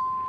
欢迎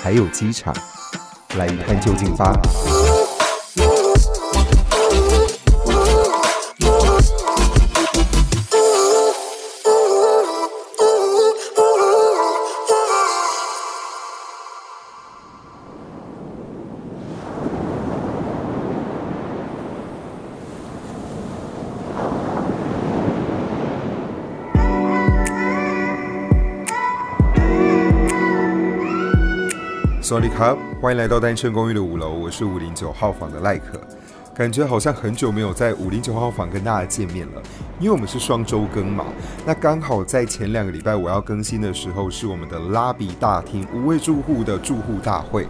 还有机场，来一探究竟吧。s o r r y Cup，欢迎来到单身公寓的五楼，我是五零九号房的赖可。感觉好像很久没有在五零九号房跟大家见面了，因为我们是双周更嘛。那刚好在前两个礼拜我要更新的时候，是我们的拉比大厅五位住户的住户大会，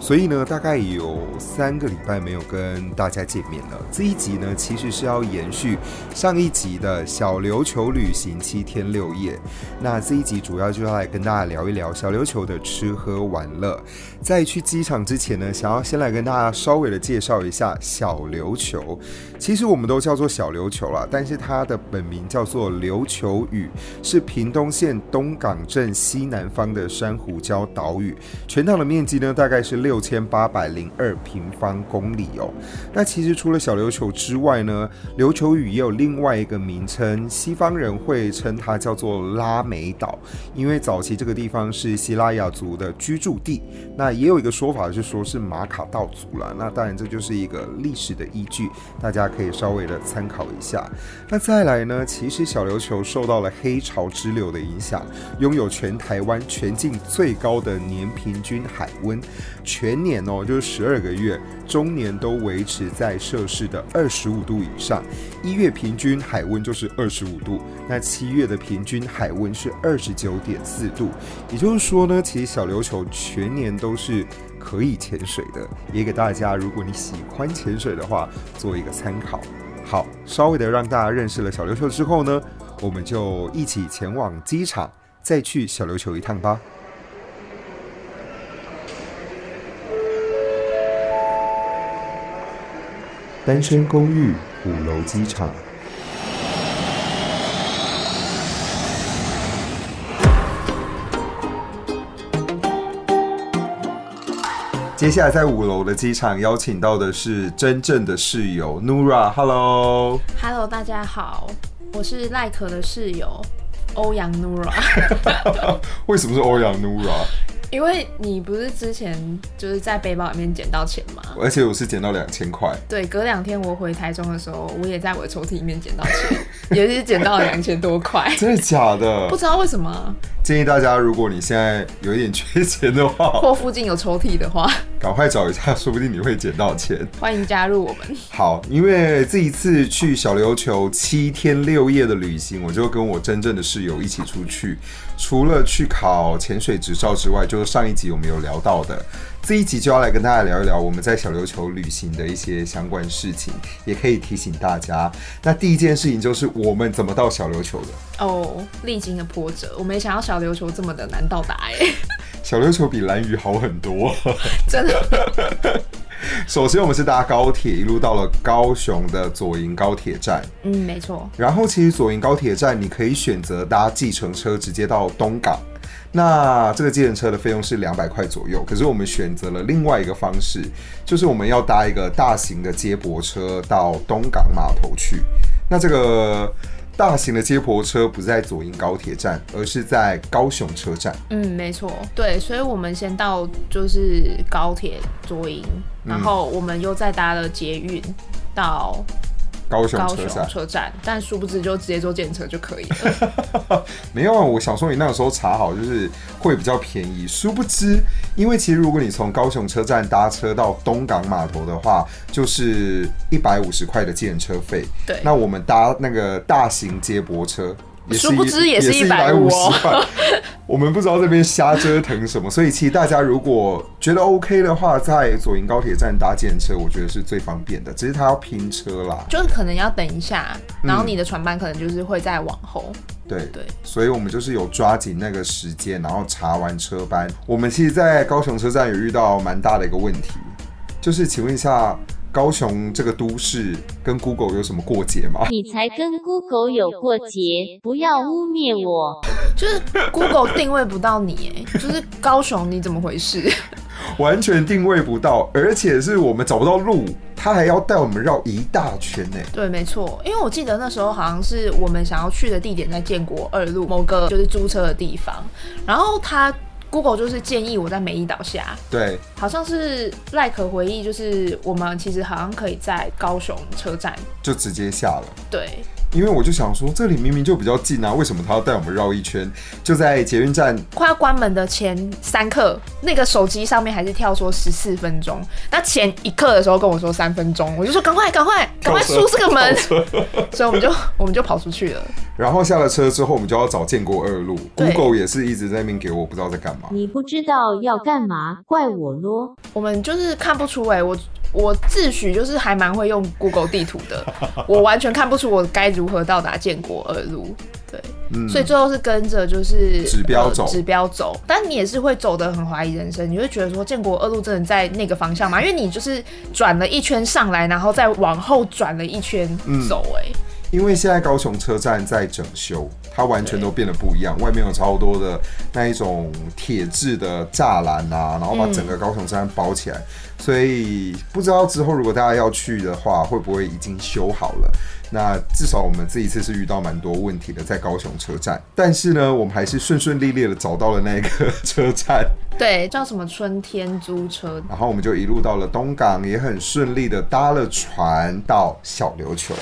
所以呢，大概有三个礼拜没有跟大家见面了。这一集呢，其实是要延续上一集的小琉球旅行七天六夜。那这一集主要就要来跟大家聊一聊小琉球的吃喝玩乐。在去机场之前呢，想要先来跟大家稍微的介绍一下小琉球。其实我们都叫做小琉球啦，但是它的本名叫做琉球屿，是屏东县东港镇西南方的珊瑚礁岛屿。全岛的面积呢，大概是六千八百零二平方公里哦。那其实除了小琉球之外呢，琉球屿也有另外一个名称，西方人会称它叫做拉美岛，因为早期这个地方是希拉雅族的居住地。那也有一个说法是说是马卡道族啦，那当然这就是一个历史的依据，大家可以稍微的参考一下。那再来呢，其实小琉球受到了黑潮支流的影响，拥有全台湾全境最高的年平均海温，全年哦就是十二个月，中年都维持在摄氏的二十五度以上。一月平均海温就是二十五度，那七月的平均海温是二十九点四度。也就是说呢，其实小琉球全年都是可以潜水的，也给大家，如果你喜欢潜水的话，做一个参考。好，稍微的让大家认识了小琉球之后呢，我们就一起前往机场，再去小琉球一趟吧。单身公寓五楼机场。接下来在五楼的机场邀请到的是真正的室友 Nura，Hello。 Hello，大家好，我是赖可的室友欧阳 Nura。为什么是欧阳 Nura？ 因为你不是之前就是在背包里面捡到钱吗？而且我是捡到两千块，对，隔两天我回台中的时候，我也在我的抽屉里面捡到钱，也是捡到了两千多块，真的假的不？知道为什么。建议大家，如果你现在有一点缺钱的 话，或附近有抽屉的话， 赶快找一下，说不定你会捡到钱。欢迎加入我们。好，因为这一次去小琉球七天六夜的旅行，我就跟我真正的室友一起出去。除了去考潜水执照之外，就是上一集我们有聊到的，这一集就要来跟大家聊一聊我们在小琉球旅行的一些相关事情，也可以提醒大家。那第一件事情就是我们怎么到小琉球的。哦，历经的波折，我没想到小琉球这么的难到达哎、小琉球比蓝屿好很多。真的。首先，我们是搭高铁一路到了高雄的左营高铁站，嗯，没错。然后其实左营高铁站你可以选择搭计程车直接到东港。那这个计程车的费用是两百块左右，可是我们选择了另外一个方式，就是我们要搭一个大型的接驳车到东港码头去。那这个大型的接驳车不是在左营高铁站，而是在高雄车站。嗯，没错，对，所以我们先到就是高铁左营，嗯然后我们又再搭了捷运到高雄高车雄站，车站，但殊不知就直接坐电车就可以 了。没有啊，我想说你那个时候查好就是会比较便宜，殊不知，因为其实如果你从高雄车站搭车到东港码头的话，就是一百五十块的计程车费。对那我们搭那个大型接驳车也是殊不知也也是是百150五十块。 我们不知道这边瞎折腾什么，所以其实大家如果觉得 OK 的话，在左营高铁站搭建车，我觉得是最方便的。只是它要拼车啦，就是可能要等一下，然后嗯你的船班可能就是会再往后。对对所以我们就是有抓紧那个时间，然后查完车班。我们其实，在高雄车站有遇到蛮大的一个问题，就是请问一下，高雄这个都市跟 Google 有什么过节哎吗？你才跟 Google 有过节，不要污蔑我。就是 Google 定位不到你，哎， 就是高雄你怎么回事？ 完全定位不到，而且是我们找不到路，他还要带我们绕一大圈呢、对，没错，因为我记得那时候好像是我们想要去的地点在建国二路某个就是租车的地方，然后他 Google 就是建议我在美一岛下，对，好像是赖可回忆，就是我们其实好像可以在高雄车站，就直接下了。对，因为我就想说，这里明明就比较近啊，为什么他要带我们绕一圈？就在捷运站快要关门的前三刻，那个手机上面还是跳说十四分钟，那前一刻的时候跟我说三分钟，我就说赶快赶快赶快出这个门， 所以我们就我们就跑出去了。然后下了车之后，我们就要找建国二路。对 Google 也是一直在那边给我不知道在干嘛。你不知道要干嘛，怪我咯。我们就是看不出哎、我我自诩就是还蛮会用 Google 地图的，我完全看不出我该如何到达建国二路。对，嗯所以最后是跟着就是指标呃走指标走，但你也是会走得很怀疑人生，你会觉得说建国二路真的在那个方向吗？因为你就是转了一圈上来，然后再往后转了一圈走、嗯哎、因为现在高雄车站在整修，它完全都变得不一样。外面有超多的那一种铁质的栅栏啊，然后把整个高雄车站包起来。所以不知道之后如果大家要去的话，会不会已经修好了？那至少我们这一次是遇到蛮多问题的，在高雄车站。但是呢，我们还是顺顺利利的找到了那个 车站，对，叫什么春天租车，然后我们就一路到了东港，也很顺利的搭了船到小琉球。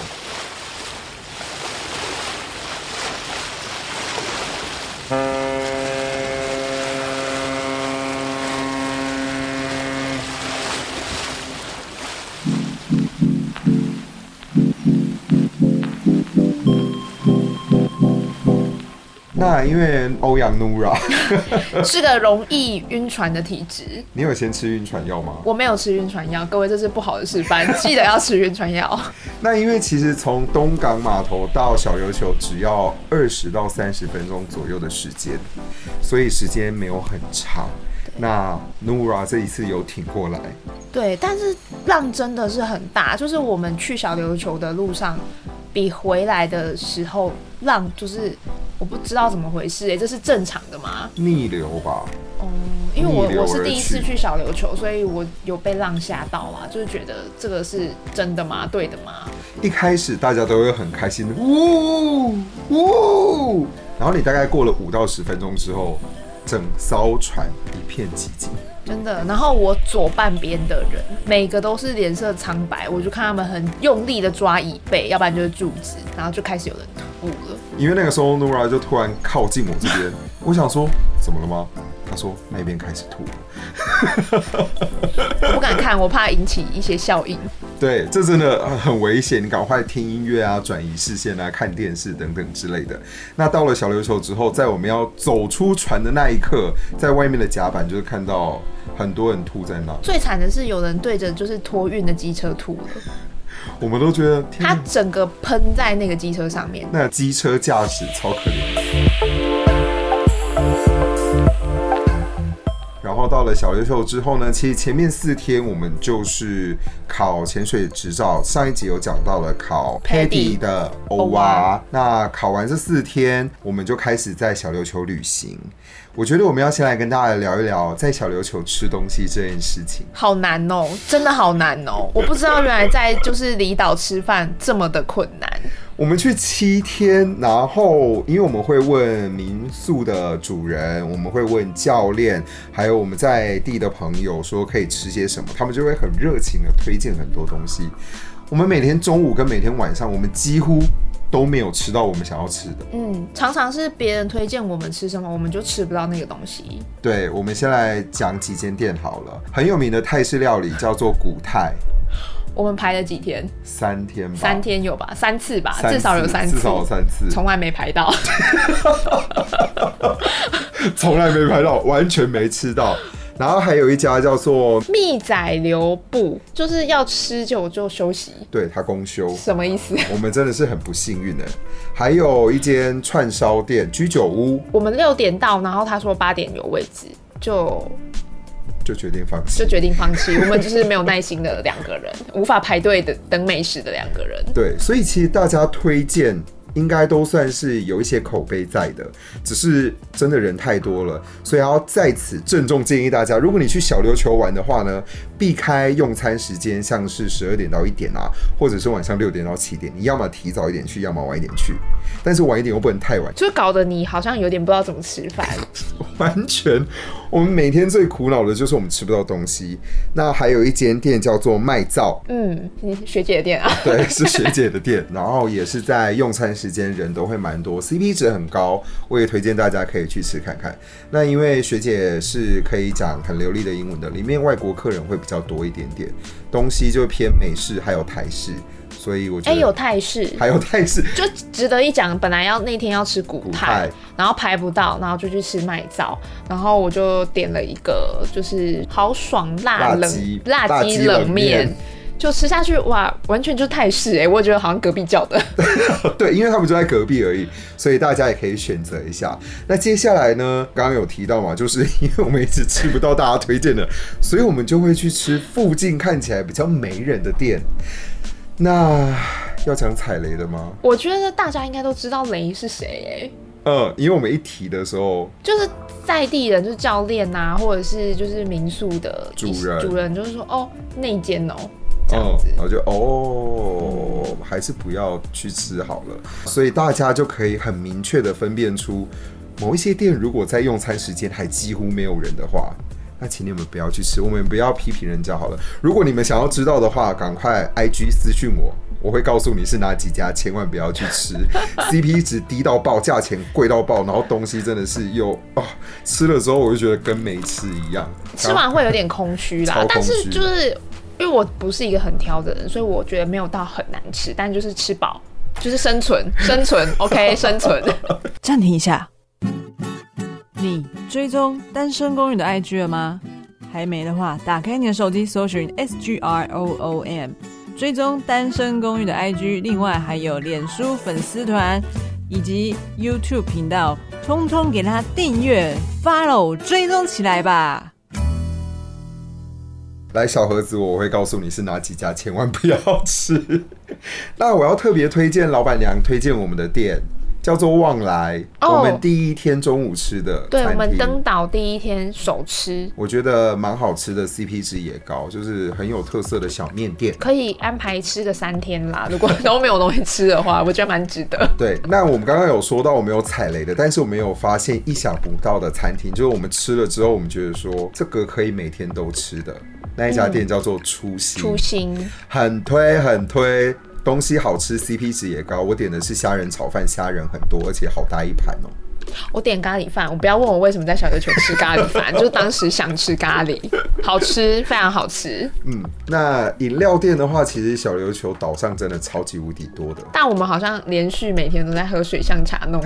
那因为欧阳 Nura， 是个容易晕船的体质。你有先吃晕船药吗？我没有吃晕船药，各位这是不好的示范，记得要吃晕船药。那因为其实从东港码头到小琉球只要二十到三十分钟左右的时间，所以时间没有很长。那 Nura 这一次有挺过来，对，但是浪真的是很大，就是我们去小琉球的路上，比回来的时候浪就是我不知道怎么回事哎、这是正常的吗？逆流吧，哦、因为逆流我而我是第一次去去小琉球，所以我有被浪吓到啦，就是觉得这个是真的吗？对的吗？一开始大家都会很开心的，呜呜，然后你大概过了五到十分钟之后，整艘船一片寂静。真的。然后我左半边的人每个都是脸色苍白，我就看他们很用力的抓椅背，要不然就是柱子，然后就开始有人吐了。因为那个时候 Nora 就突然靠近我这边，我想说怎么了吗？她说那边开始吐了。我不敢看，我怕引起一些效应。对，这真的呃很危险，你赶快听音乐啊，转移视线啊，看电视等等之类的。那到了小琉球之后，在我们要走出船的那一刻，在外面的甲板就是看到很多人吐在那，最惨的是，有人对着就是托运的机车吐了，我们都觉得天他哪，整个喷在那个机车上面。那机车驾驶超可怜的。然后到了小琉球之后呢，其实前面四天我们就是考潜水执照，上一集有讲到了考 Paddy Paddy 的欧欧娃蛙。那考完这四天，我们就开始在小琉球旅行。我觉得我们要先来跟大家聊一聊在小琉球吃东西这件事情。好难哦，真的好难哦！我不知道原来在就是离岛吃饭这么的困难。我们去七天，然后因为我们会问民宿的主人，我们会问教练，还有我们在地的朋友说可以吃些什么，他们就会很热情的推荐很多东西。我们每天中午跟每天晚上，我们几乎都没有吃到我们想要吃的。嗯，常常是别人推荐我们吃什么，我们就吃不到那个东西。对，我们先来讲几间店好了，很有名的泰式料理叫做古泰，我们排了几天？三天吧，三天有吧？三次吧，三次，至少有三次，至少有三次，从来没排到。 从来没拍到，完全没吃到。然后还有一家叫做，蜜仔留步就是要吃就就休息，对，它公休，什么意思？我们真的是很不幸运哎。还有一间串烧店居酒屋，我们六点到，然后他说八点有位置，就就决定放弃就。决定放 弃。我们就是没有耐心的两个人，无法排队的等美食的两个人。对，所以其实大家推荐应该都算是有一些口碑在的，只是真的人太多了，所以要在此郑重建议大家，如果你去小琉球玩的话呢，避开用餐时间，像是十二点到一点啊，或者是晚上六点到七点，你要么提早一点去，要么晚一点去，但是晚一点又不能太晚，就搞得你好像有点不知道怎么吃饭， 完全，我们每天最苦恼的就是我们吃不到东西。那还有一间店叫做麦 灶，嗯，你学姐的店啊，对，是学姐的店，然后也是在用餐时间人都会蛮多，CP 值很高，我也推荐大家可以去吃看看。那因为学姐是可以讲很流利的英文的，里面外国客人会比较多一点点，东西就偏美式还有台式，所以我觉哎、得有泰式，还有泰式，就值得一讲。本来要那天要吃古古泰，泰然后排不到，然后就去吃麦灶，然后我就点了一个就是豪爽辣辣冷鸡辣辣鸡鸡冷冷面面。就吃下去，哇，完全就是泰式哎、我也觉得好像隔壁叫的。 对，因为他们就在隔壁而已，所以大家也可以选择一下。那接下来呢，刚刚有提到嘛，就是因为我们一直吃不到大家推荐的，所以我们就会去吃附近看起来比较没人的店。那要讲踩雷的吗？我觉得大家应该都知道雷是谁嗯，因为我们一提的时候，哎、就是在地人，就是教练呐、或者是就是民宿的主人主人就是说哦那间哦，这样嗯子，然后就哦，还是不要去吃好了。所以大家就可以很明确的分辨出，某一些店如果在用餐时间还几乎没有人的话。那请你们不要去吃，我们不要批评人家好了。如果你们想要知道的话，赶快 I G 私讯我，我会告诉你是哪几家，千万不要去 吃，CP 值低到爆，价钱贵到爆，然后东西真的是又哦，吃了之后我就觉得跟没吃一样。吃完会有点空虚啦超，但空是虚就是因为我不是一个很挑的人，所以我觉得没有到很难吃，但就是吃饱，就是生存， 生存 ，OK，生存。暂停一下。你追踪单身公寓的 IG 了吗？还没的话，打开你的手机，搜寻 S G R O O M，追踪单身公寓的 IG。另外还有脸书粉丝团以及 YouTube 频道，通通给它订阅、follow、追踪起来吧。来小盒子，我会告诉你是哪几家，千万不要吃。 那我要特别推荐老板娘推荐我们的店，叫做旺来哦我们第一天中午吃的对我餐们厅登岛第一天首吃，我觉得蛮好吃的，CP 值也高，就是很有特色的小面店。可以安排吃个三天啦。如果都没有东西吃的话，我觉得蛮值得。对，那我们刚刚有说到我们有踩雷的，但是我们有发现意想不到的餐厅，就是我们吃了之后，我们觉得说这个可以每天都吃的那一家店叫做初心。嗯初心很推很推，东西好吃，CP 值也高。我点的是虾仁炒饭，虾仁很多，而且好大一盘哦。我点咖喱饭，我不要问我为什么在小琉球吃咖喱 饭，就是当时想吃咖喱，好吃，非常好吃。嗯，那饮料店的话，其实小琉球岛上真的超级无敌多的。 但我们好像连续每天都在喝水象茶弄，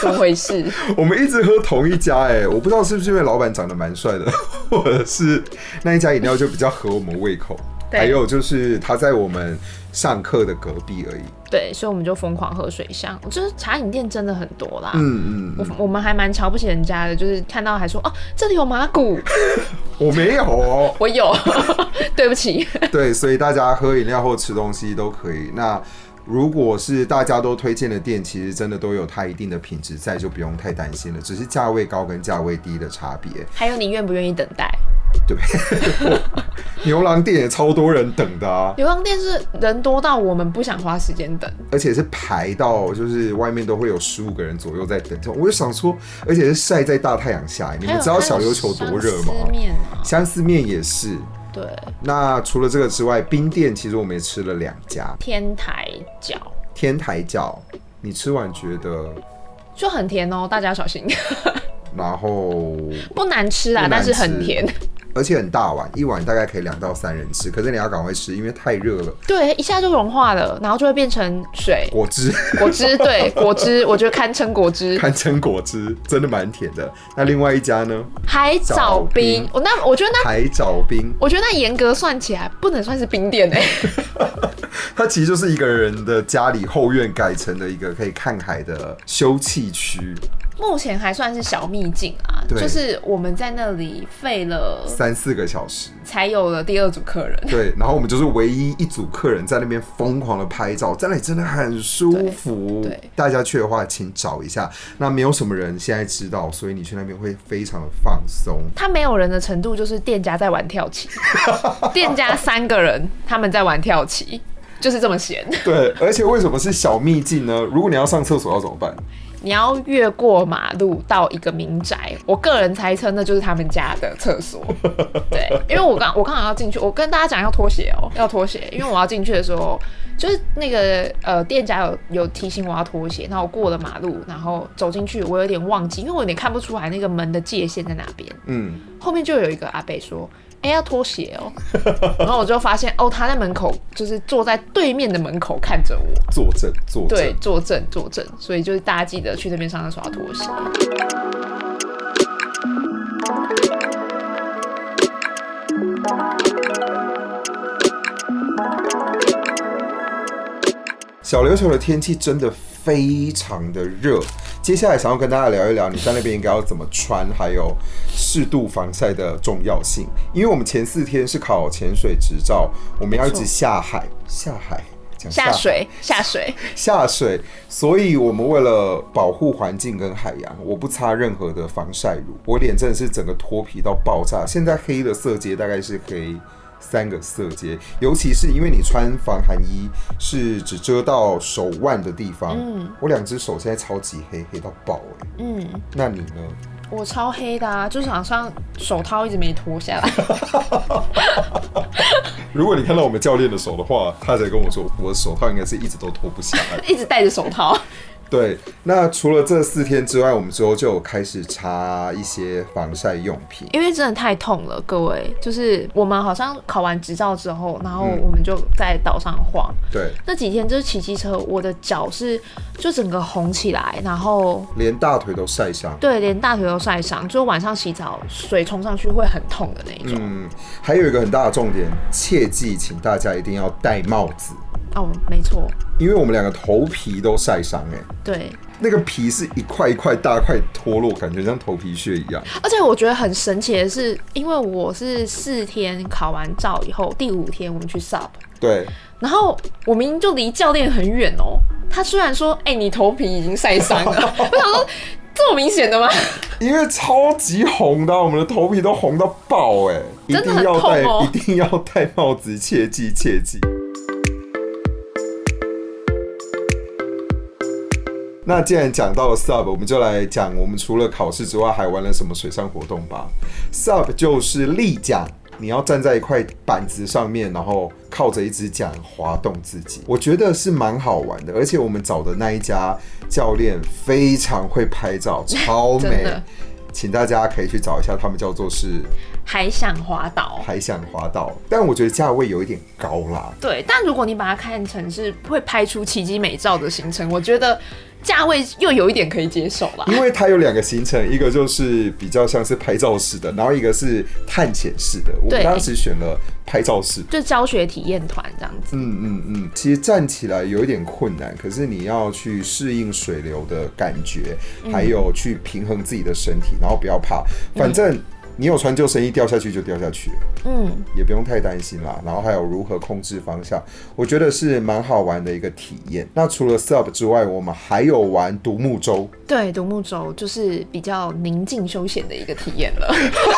怎么回事？我们一直喝同一家、哎，我不知道是不是因为老板长得蛮帅的， 或者是那一家饮料就比较合我们胃口。对还有就是他在我们上课的隔壁而已。对，所以我们就疯狂喝水象。就是茶饮店真的很多啦。嗯嗯，我我们还蛮瞧不起人家的，就是看到还说哦，这里有马古，我没有哦。我有， 对不起。 对，所以大家喝饮料或吃东西都可以。那如果是大家都推荐的店，其实真的都有它一定的品质在，就不用太担心了。只是价位高跟价位低的差别。还有你愿不愿意等待？ 牛郎店也超多人等的啊，流浪店是人多到我们不想花时间等，而且是排到就是外面都会有十五个人左右在等。我就想说，而且是晒在大太阳下，你还们有知道小琉球多热吗还有？香丝面啊，相思面也是。对，那除了这个之外，冰店其实我们也吃了两家，天台角天台饺，你吃完觉得，就很甜哦，大家小心， 然后不难吃啦，啊不难但吃是很甜。而且很大碗，一碗大概可以两到三人吃，可是你要赶快吃，因为太热了。对，一下就融化了，然后就会变成 水果 汁果汁，对果汁，我觉得堪称果汁。堪称果汁，真的蛮甜的。那另外一家 呢？海藻藻冰冰，我哦那我觉得那海藻冰，我觉得那严格算起来不能算是冰 店哎、它其实就是一个人的家里后院改成的一个可以看海的休憩区，目前还算是小秘境啊，对就是我们在那里费了三四个小时。才有了第二组客人。对，然后我们就是唯一一组客人在那边疯狂的拍照，在那里真的很舒服。对对大家去的话请找一下。那没有什么人现在知道，所以你去那边会非常的放松。他没有人的程度，就是店家在玩跳 棋，店家三个人他们在玩跳棋，就是这么闲。对，而且为什么是小秘境呢？如果你要上厕所要怎么办？你要越过马路到一个民宅，我个人猜测那就是他们家的厕所。对，因为我刚我刚好要进去，我跟大家讲要脱鞋哦、要脱鞋，因为我要进去的时候，就是那个呃店家有有提醒我要脱鞋，然后我过了马路，然后走进去，我有点忘记，因为我有点看不出来那个门的界限在哪边。嗯，后面就有一个阿伯说：“哎、要脱鞋哦。”然后我就发现哦，他在门口就是坐在对面的门口看着我。坐正坐对正，。作证作证，所以就是大家记得去那边上厕所要脱鞋。小琉球的天气真的非常的热。接下来想要跟大家聊一聊你在那边应该要怎么穿，还有适度防晒的重要性。因为我们前四天是考潜水执照，我们要一直下海，下海。讲下海水下水，下水，所以我们为了保护环境跟海洋，我不擦任何的防晒乳，我脸真的是整个脱皮到爆炸。现在黑的色阶大概是黑三个色阶，尤其是因为你穿防寒衣是只遮到手腕的地方，嗯我两只手现在超级黑，黑到爆哎、嗯，那你呢？我超黑的啊，就是好像手套一直没脱下来。 如果你看到我们教练的手的话，他才跟我说，我的手套应该是一直都脱不下来。一直戴着手套，对，那除了这四天之外，我们之后就有开始擦一些防晒用品。因为真的太痛了，各位。就是我们好像考完执照之后，然后嗯我们就在岛上晃，对，那几天就是骑机车，我的脚是就整个红起来，然后连大腿都晒伤。对，连大腿都晒伤，就晚上洗澡水冲上去会很痛的那一种。嗯，还有一个很大的重点，切记，请大家一定要戴帽子，哦，没错，因为我们两个头皮都晒伤哎，对，那个皮是一块一块大块脱落，感觉像头皮屑一样。而且我觉得很神奇的是，因为我是四天考完照以后，第五天我们去 sub，对，然后我明明就离教练很远哦。他虽然说，哎、你头皮已经晒伤 了，我想说这么明显的吗？因为超级红的啊，我们的头皮都红到爆哎、一真的定很要戴，痛哦一定要戴帽子，切记切记。那既然讲到了 sub，我们就来讲我们除了考试之外还玩了什么水上活动吧。sub 就是立桨，你要站在一块板子上面，然后靠着一只桨滑动自己，我觉得是蛮好玩的。而且我们找的那一家教练非常会拍 照，超真美的。请大家可以去找一下，他们叫做是还想滑倒？海想滑道，但我觉得价位有一点高啦。对，但如果你把它看成是会拍出奇迹美照的行程，我觉得价位又有一点可以接受啦。因为它有两个行程，一个就是比较像是拍照式的，然后一个是探险式的。我们对当时选了拍照式。就教学体验团这样子，嗯嗯嗯，其实站起来有一点困难，可是你要去适应水流的感觉，还有去平衡自己的身体，然后不要怕，反正你有穿救生衣掉下去就掉下去了。嗯，也不用太担心啦。然后还有如何控制方向，我觉得是蛮好玩的一个体验。那除了 sub 之外，我们还有玩独木舟，对，独木舟就是比较宁静休闲的一个体验 了。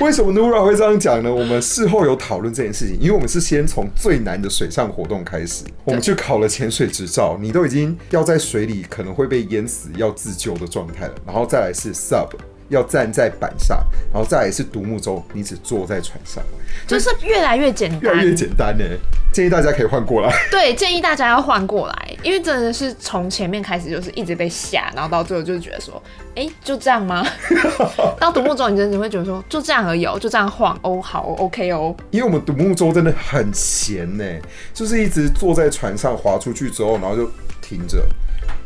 为什么 Nura 会这样讲呢？我们事后有讨论这件事情，因为我们是先从最难的水上活动开始，我们去考了潜水执照，你都已经要在水里可能会被淹死要自救的状态了，然后再来是 sub。要站在板上，然后再来是独木舟，你只坐在船上，就是越来越简单，越来越简单呢、建议大家可以换过来。对，建议大家要换过来，因为真的是从前面开始就是一直被吓，然后到最后就是觉得说，哎、就这样吗？ 到独木舟，你真的会觉得说，就这样而已、哦，就这样晃哦，好哦，OK 哦，因为我们独木舟真的很闲呢、就是一直坐在船上划出去之后，然后就停着，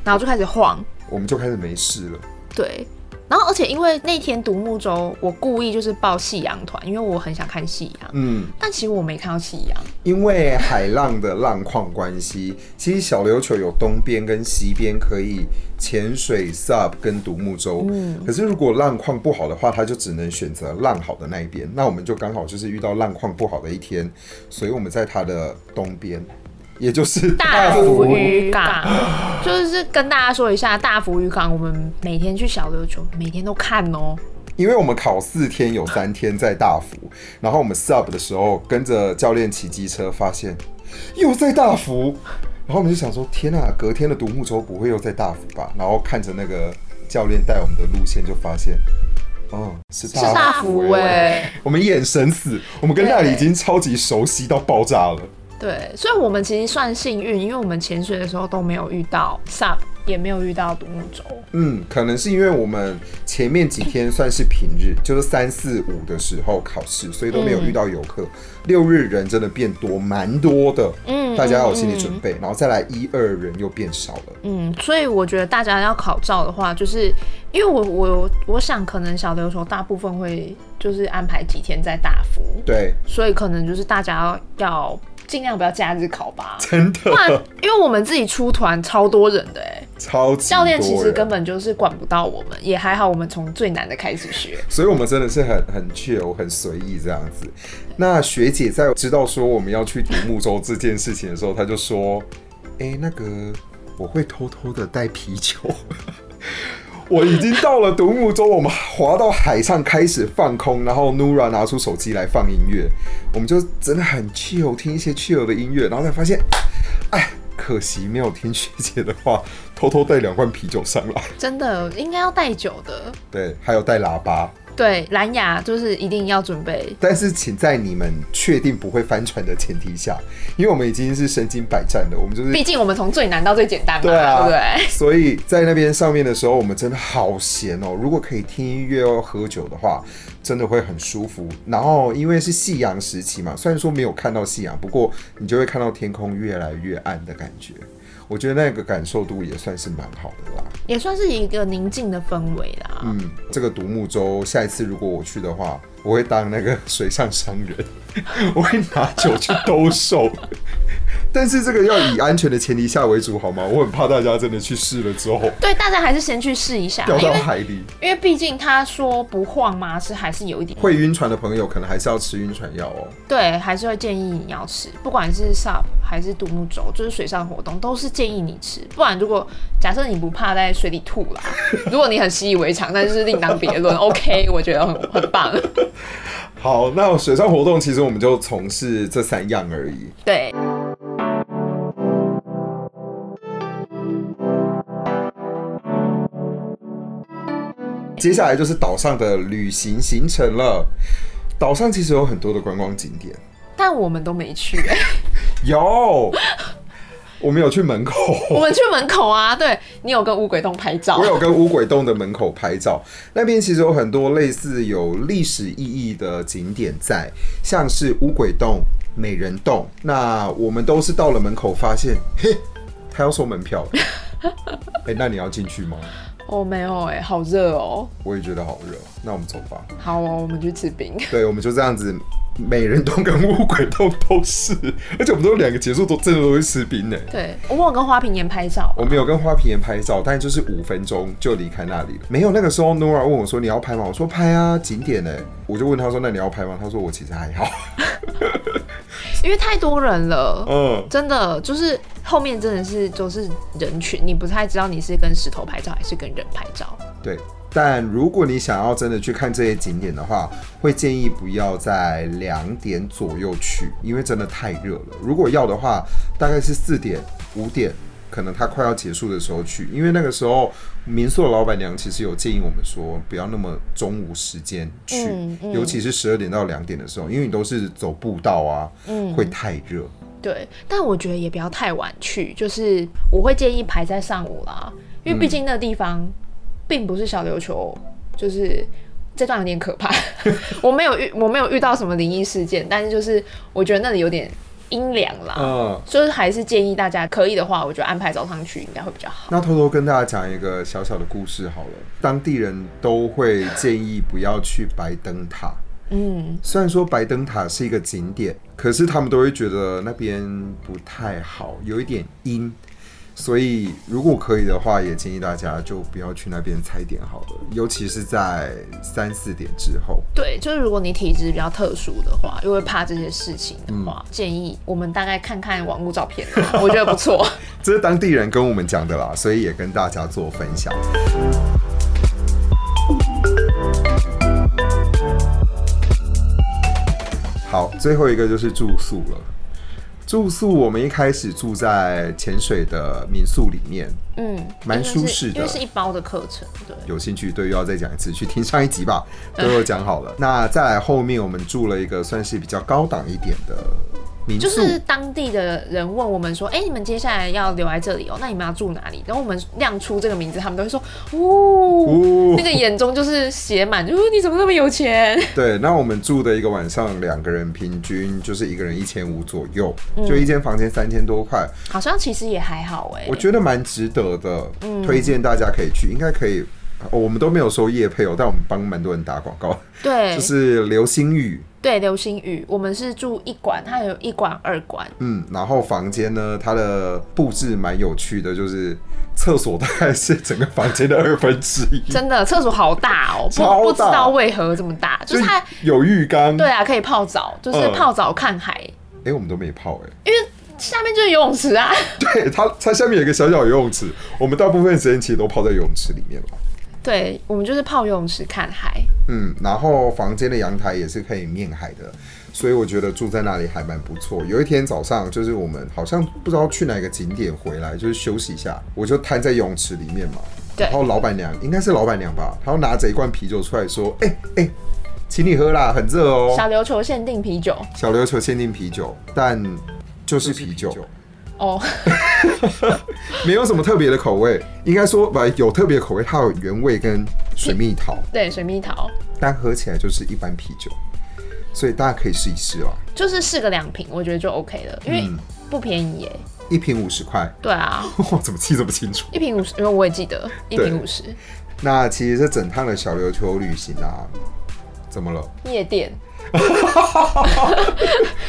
然后就开始晃，我们就开始没事了。对。然后，而且因为那天独木舟，我故意就是报夕阳团，因为我很想看夕阳，嗯，但其实我没看到夕阳。因为海浪的浪况关系，其实小琉球有东边跟西边可以潜水、SUP 跟独木舟。可是如果浪况不好的话，它就只能选择浪好的那一边。那我们就刚好就是遇到浪况不好的一天，所以我们在它的东边，也就是大福福渔港，就是跟大家说一下，大福渔港，我们每天去小琉球，每天都看哦。因为我们考四天，有三天在大福，然后我们 sub 的时候跟着教练骑机车，发现又在大福，然后我们就想说，天啊，隔天的独木舟不会又在大福吧？然后看着那个教练带我们的路线，就发现，哦，是大是大福福哎、哎、我们眼神死，我们跟那里已经超级熟悉到爆炸了。 对，所以我们其实算幸运，因为我们潜水的时候都没有遇到 SUP，也没有遇到独木舟。嗯，可能是因为我们前面几天算是平日，就是三四五的时候考试，所以都没有遇到游客。六日人真的变多，蛮多的，嗯大家要有心理准备。然后再来一二人又变少了，嗯，所以我觉得大家要考照的话，就是因为我我我想可能小琉球大部分会就是安排几天在大福，对，。所以可能就是大家要要尽量不要假日考吧真的不然，因为我们自己出团超多人的哎、超级教练其多实人根，本就是管不到我们，也还好，我们从最难的开始学。所以我们真的是很很 chill 很随意这样子。那学姐在知道说我们要去独木舟这件事情的时候，她就说：“哎、那个我会偷偷的带啤酒。” 我已经到了独木舟，我们滑到海上开始放空，然后 Nura 拿出手机来放音乐，我们就真的很 chill 听一些 chill 的音乐，然后才发现，哎，可惜没有听学姐的话，偷偷带两罐啤酒上来，真的应该要带酒的，对，还有带喇叭，对，蓝牙就是一定要准备。但是请在你们确定不会翻船的前提下，因为我们已经是身经百战的，我们就是毕竟我们从最难到最简单嘛，对啊，对不对？所以在那边上面的时候，我们真的好闲哦。如果可以听音乐又喝酒的话，真的会很舒服。然后因为是夕阳时期嘛，虽然说没有看到夕阳，不过你就会看到天空越来越暗的感觉。我觉得那个感受度也算是蛮好的啦。也算是一个宁静的氛围啦。嗯，这个独木舟，下一次如果我去的话，我会当那个水上商人， 我会拿酒去兜售。 但是这个要以安全的前提下为主，好吗？我很怕大家真的去试了之后对，大家还是先去试一下，掉因到为海里，因为毕竟他说不晃嘛，是还是有一点会晕船的朋友可能还是要吃晕船药哦。对，还是会建议你要吃，不管是 SUP 还是独木舟，就是水上活动，都是建议你吃。不然如果假设你不怕在水里吐 啦，如果你很习以为常，那就是另当别论。OK，我觉得很很棒。好，那水上活动其实我们就从事这三样而已。对，接下来就是岛上的旅行行程了。岛上其实有很多的观光景点，但我们都没去、欸有， 我们有去门口。我们去门口啊。对你有跟乌鬼洞拍照啊我，有跟乌鬼洞的门口拍照，那边其实有很多类似有历史意义的景点在，像是乌鬼洞、美人洞。那我们都是到了门口发现，嘿，他要收门票了。哎、那你要进去吗？哦，没有哎、好热哦。我也觉得好热，那我们走吧。好哦，我们去吃冰。对，我们就这样子，美人洞跟乌鬼洞都是，而且我们都两个结束都真的都会吃冰呢、对，我有跟花瓶岩拍照啊，我们有跟花瓶岩拍照，但就是五分钟就离开那里了。没有，那个时候 Nora 问我说：“你要拍吗？”我说：“拍啊，景点呢、我就问他说：“那你要拍吗？”他说：“我其实还好。因为太多人了”。嗯，真的就是后面真的是都是人群，你不太知道你是跟石头拍照还是跟人拍照。对。但如果你想要真的去看这些景点的话，会建议不要在两点左右去，因为真的太热了。如果要的话，大概是四点、五点可能它快要结束的时候去，因为那个时候民宿的老板娘其实有建议我们说，不要那么中午时间去，嗯嗯尤其是十二点到两点的时候，因为你都是走步道啊，嗯会太热。对，但我觉得也不要太晚去，就是我会建议排在上午啦，因为嗯毕竟那个地方并不是小琉球，就是这段有点可 怕。我没有遇我没有遇到什么灵异事件，但是就是我觉得那里有点阴凉啦，嗯，就是还是建议大家可以的话，我觉得安排早上去应该会比较好。那偷偷跟大家讲一个小小的故事好了，当地人都会建议不要去白灯塔。嗯，虽然说白灯塔是一个景点，可是他们都会觉得那边不太好，有一点阴。所以如果可以的话，也建议大家就不要去那边踩点好了，尤其是在三四点之后。对，就是如果你体质比较特殊的话，又会怕这些事情的话，建议我们大概看看网络照片啊， 我觉得不错。这是当地人跟我们讲的啦，所以也跟大家做分享。好，最后一个就是住宿了。住宿我们一开始住在潜水的民宿里面，嗯，蛮因为是舒适的因为是一包的课程，对。有兴趣对又要再讲一次，去听上一集吧，都有讲好了。那再来后面我们住了一个算是比较高档一点的民宿，就是当地的人问我们说：“哎、你们接下来要留在这里哦，那你们要住哪里？”然后我们亮出这个名字，他们都会说：“哦，哦那个眼中就是写满，哦，你怎么那么有钱 对，那我们住的一个晚上，两个人平均就是一个人一千五左右，嗯就一间房间三千多块，？”好像其实也还好哎、我觉得蛮值得的，嗯推荐大家可以去，应该可以。哦我们都没有收业配哦，但我们帮蛮多人打广告，对，就是流星雨，对流星雨，我们是住一馆，它有一馆、二馆，嗯，然后房间呢，它的布置蛮有趣的，就是厕所大概是整个房间的二分之一，真的厕所好大哦，超大不不知道为何这么大， 就是它有浴缸，对啊，可以泡澡，就是嗯泡澡看海，哎、我们都没泡哎、下面就是游泳池啊。 对，它它下面有一个小小游泳池，我们大部分时间其实都泡在游泳池里面了。对，我们就是泡游泳池看海，嗯，然后房间的阳台也是可以面海的，所以我觉得住在那里还蛮不错。有一天早上，就是我们好像不知道去哪个景点回来，就是休息一下，我就瘫在游泳池里面嘛。对然后老板娘应该是老板娘吧，她要拿着一罐啤酒出来说：“哎、哎、请你喝啦，很热哦。小琉球限定啤酒小琉球限定啤酒，但就是啤酒，哦。 没有什么特别的口味。应该说，不有特别口味，它有原味跟水蜜桃，对，水蜜桃但喝起来就是一般啤酒，所以大家可以试一试哦啦。就是试个两瓶，我觉得就 OK 了，因为嗯不便宜耶。一瓶五十块， 对啊，哇，怎么记这么清楚？一瓶五十，因为我也记得一对瓶五十。那其实这整趟的小琉球旅行啊，怎么了？夜店，我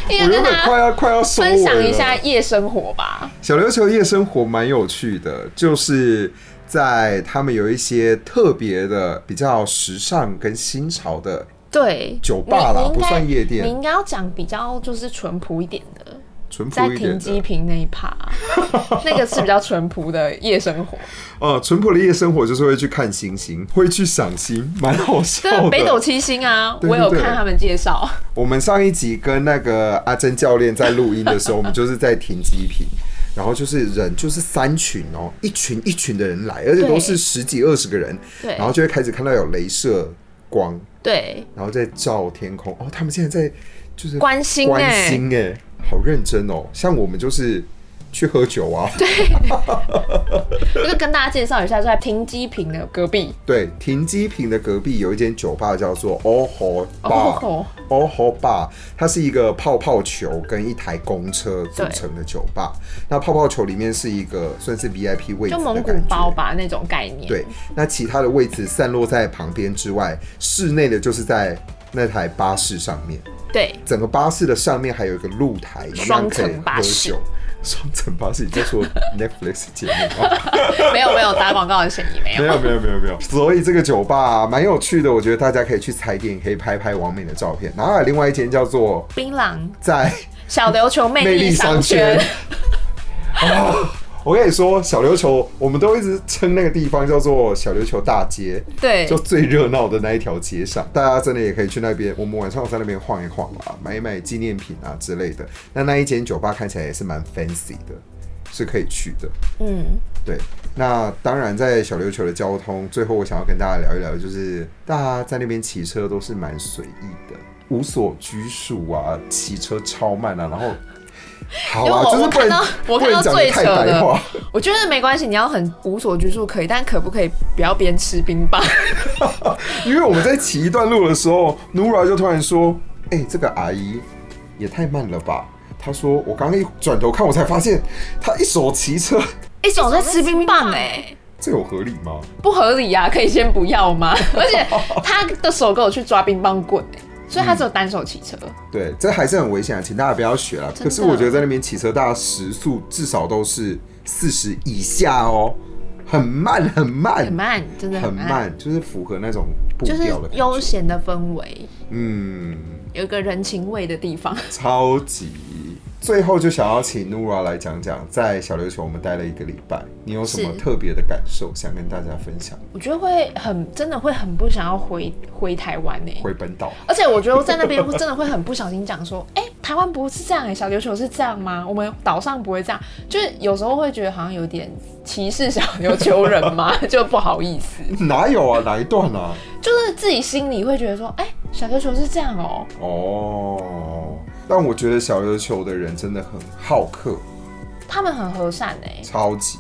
夜原跟本大快家要快要收尾了分享一下夜生活吧。小琉球夜生活蛮有趣的，就是在他们有一些特别的、比较时尚跟新潮的，对，酒吧啦你你应该不算夜店你应该要讲比较就是淳朴一点的，淳朴在一停点机的。坪那一 趴，那个是比较淳朴的夜生活。呃，淳朴的夜生活就是会去看星星，会去赏星，蛮好笑对啊，的。北斗七星啊，对对我有对看他们介绍。我们上一集跟那个阿珍教练在录音的时候，我们就是在停机坪，然后就是人就是三群哦，一群一群的人来，而且都是十几二十个人，对然后就会开始看到有镭射光，对，然后在照天空。哦，他们现在在就是关心欸关心哎、好认真哦。像我们就是去喝酒啊，我就跟大家介绍一下，在停机坪的隔壁。对，停机坪的隔壁有一间酒吧叫做 o h o Oho Bar，Oho Bar，它是一个泡泡球跟一台公车组成的酒吧。那泡泡球里面是一个算是 VIP 位置就的蒙古感觉包。吧那种概念。对，那其他的位置散落在旁边之外，室内的就是在那台巴士上面。对整个巴士的上面还有一个露台，一样可以双层喝巴士酒。双层巴士，你在说 Netflix 节目吗？ 没有没有打广告的嫌疑，没有。没有没有没有没有。所以这个酒吧啊蛮、有趣的，我觉得大家可以去踩点，可以拍拍完美的照片。然后还有另外一间叫做槟榔，在小琉球魅魅力商商圈。啊，我跟你说，小琉球，我们都一直称那个地方叫做小琉球大街，对就最热闹的那一条街上，大家真的也可以去那边。我们晚上在那边晃一晃啊，买一买纪念品啊之类的。那那一间酒吧看起来也是蛮 fancy 的。是可以去的。嗯，对，那当然，在小琉球的交通，最后我想要跟大家聊一聊，就是大家在那边骑车都是蛮随意的，无所拘束啊，骑车超慢啊，然后好因为啊，我就是不我能看到不我看能到讲最得太扯的白话，我觉得没关系，你要很无所拘束可以，但可不可以不要边吃冰 棒？因为我们在骑一段路的时候，Nura 就突然说：“哎、这个阿姨也太慢了吧。”她说：“我刚刚一转头看，我才发现她一手骑车，一手哎在吃冰棒哎、这有合理吗？不合理呀、啊，可以先不要 吗？而且他的手跟我去抓冰棒棍、欸，所以他只有单手骑车。对，这还是很危险啊，请大家不要学了。的可啊是我觉得在那边骑车，大家时速至少都是四十以下哦，很慢，很慢，很，慢，真的很慢，慢，就是符合那种步就是调的感觉悠，闲的氛围，嗯，有一个人情味的地方。超级。最后就想要请 Nura 来讲讲，在小琉球我们待了一个礼拜，你有什么是特别的感受想跟大家分享？我觉得会很，真的会很不想要回回台湾哎呢、回本岛，而且我觉得在那边真的会很不小心讲说， 哎、台湾不是这样哎、小琉球是这样吗？我们岛上不会这样，就是有时候会觉得好像有点歧视小琉球人嘛， 就不好意思，哪有啊？哪一段啊？就是自己心里会觉得说，哎、小琉球是这样哦、哦，但我觉得小琉球的人真的很好客。他们很和善哎、超级。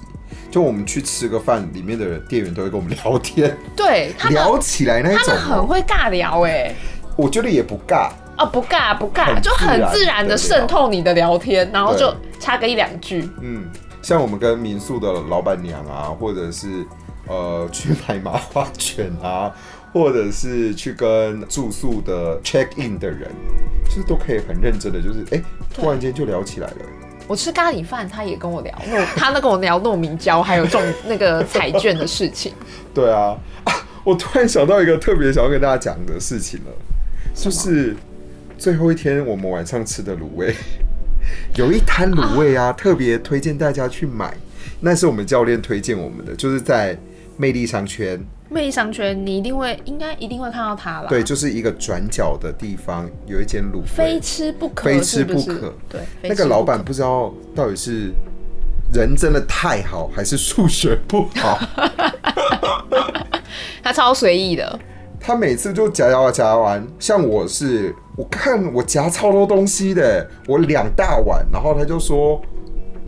就我们去吃个饭，里面的人店员都会跟我们聊天，对他们聊起来那他种们很哦，会尬聊哎、我觉得也不尬。哦，不尬不尬，很就很自自然然地的渗透你的聊天，然后就插个一两句。嗯，像我们跟民宿的老板娘啊，或者是呃去买麻花卷啊，或者是去跟住宿的 check in 的人，就是都可以很认真的，就是哎、突然间就聊起来了。我吃咖喱饭，他也跟我聊糯，他那跟我聊糯米椒，还有中那个彩券的事情。对啊，啊，我突然想到一个特别想要跟大家讲的事情了，就是最后一天我们晚上吃的卤味， 有一摊卤味啊，特别推荐大家去买，那是我们教练推荐我们的，就是在魅力商圈，魅力商圈，你一定会，应该一定会看到他啦。对，，就是一个转角的地方有一间卤味，非吃不可，非吃是不不是可对，那非吃个不老可板不知道到底是人真的太好，还是数学不好。他超随意的，他每次就夹夹夹完，像我是，我看我夹超多东西的，我两大碗，然后他就说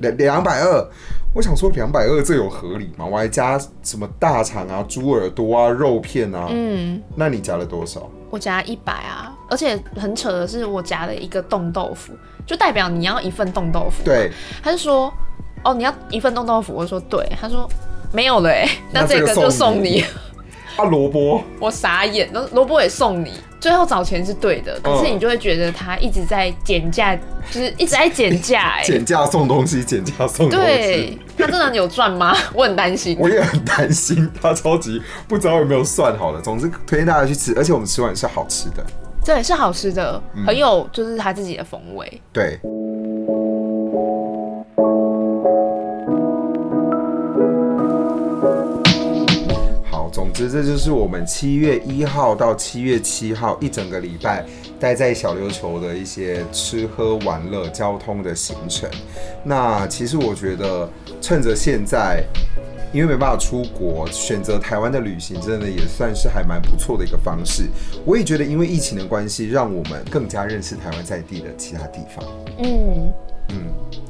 两两百二，我想说两百二这有合理吗？我还加什么大肠啊、猪耳朵啊、肉片啊，嗯。那你夹了多少？我夹一百啊，而且很扯的是，我夹了一个冻豆腐，就代表你要一份冻豆腐。，对，他就说，哦，你要一份冻豆腐，我说对，他说没有 了哎、那那这这个个就送送你你，啊萝卜， 我傻眼，然后萝卜也送你。最后找钱是对的，可是嗯你就会觉得他一直在减价，就是一直在减价 哎、减价送东西，减价送东西对。他真的有赚吗？我很担心。我也很担心他超级不知道有没有算好了。总之推荐大家去吃，而且我们吃完是好吃的。对，是好吃的，嗯很有就是他自己的风味。对，好，总之这就是我们七月一号到七月七号一整个礼拜待在小琉球的一些吃喝玩乐、交通的行程。那其实我觉得，趁着现在。因为没办法出国，选择台湾的旅行真的也算是还蛮不错的一个方式。我也觉得，因为疫情的关系，让我们更加认识台湾在地的其他地方。嗯，嗯，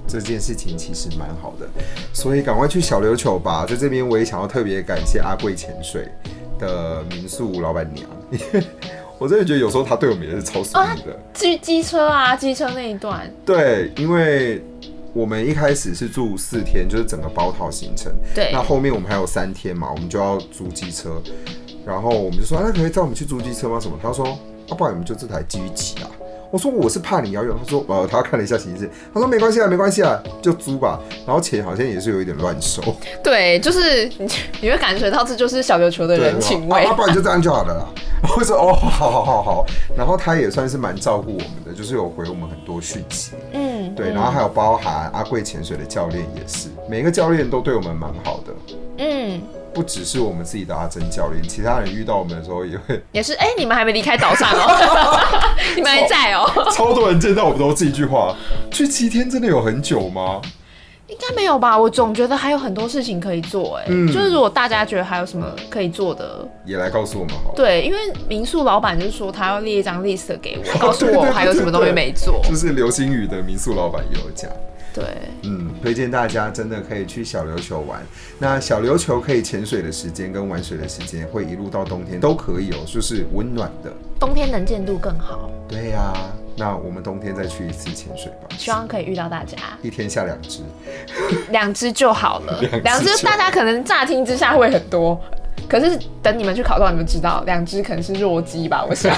这件事情其实蛮好的，所以赶快去小琉球吧。在这边我也想要特别感谢阿贵潜水的民宿老板娘， 因为我真的觉得有时候她对我们也是超随意的。至于机车啊，机车那一段，对，因为我们一开始是住四天，就是整个包套行程。对，那后面我们还有三天嘛，我们就要租机车，然后我们就说、啊那可以载我们去租机车吗？什么？他说，啊，不然我们就这台继续骑啊。我说我是怕你要用，他说呃，他看了一下行事，他说没关系啊，没关系啊，就租吧。然后钱好像也是有一点乱 收，对，就是你你会感觉到这就是小琉球的对，人情味啊，啊，不然就这样就好了啦。我说哦，好好好好。然后他也算是蛮照顾我们的，就是有回我们很多讯息。嗯，对，然后还有包含阿贵潜水的教练也是，每个教练都对我们蛮好的。嗯，不只是我们自己的阿珍教练，其他人遇到我们的时候也会 也是，哎、你们还没离开岛上哦， 你们还在哦，超多人见到我们都这一句话：去七天真的有很久吗？应该没有吧？我总觉得还有很多事情可以做、哎、嗯就是如果大家觉得还有什么可以做的，也来告诉我们好了。对，因为民宿老板就是说他要列一张 list 给 哦我，告诉我还有什么东西没做。就是流星雨的民宿老板也有讲，对，嗯，推荐大家真的可以去小琉球玩。那小琉球可以潜水的时间跟玩水的时间会一路到冬天都可以哦，就是温暖的。冬天能见度更好，对呀、那我们冬天再去一次潜水吧，希望可以遇到大家，一天下两只。 两只就好了。两两只就只大家可能乍听之下会很多，可是等你们去考照，你们知道两只可能是弱鸡吧，我想。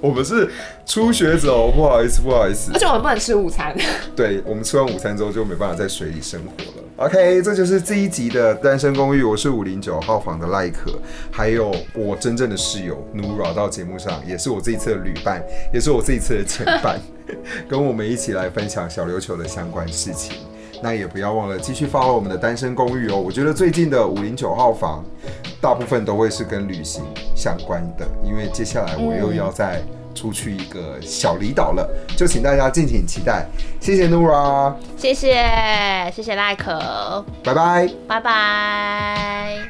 我们是初学者哦，不好意思，不好意思 而。且我们不能吃午餐。对，我们吃完午餐之后就没办法在水里生活了。OK，这就是这一集的单身公寓，我是五零九号房的赖可，还有我真正的室友 Nura 到节目上，也是我这一次的旅伴，也是我这一次的前伴， 跟我们一起来分享小琉球的相关事情。那也不要忘了继续 follow 我们的单身公寓哦。我觉得最近的五零九号房，大部分都会是跟旅行相关的，因为接下来我又要再出去一个小离岛了，就请大家敬请期待。谢谢 Nura，谢谢，谢谢赖可，拜拜。拜拜。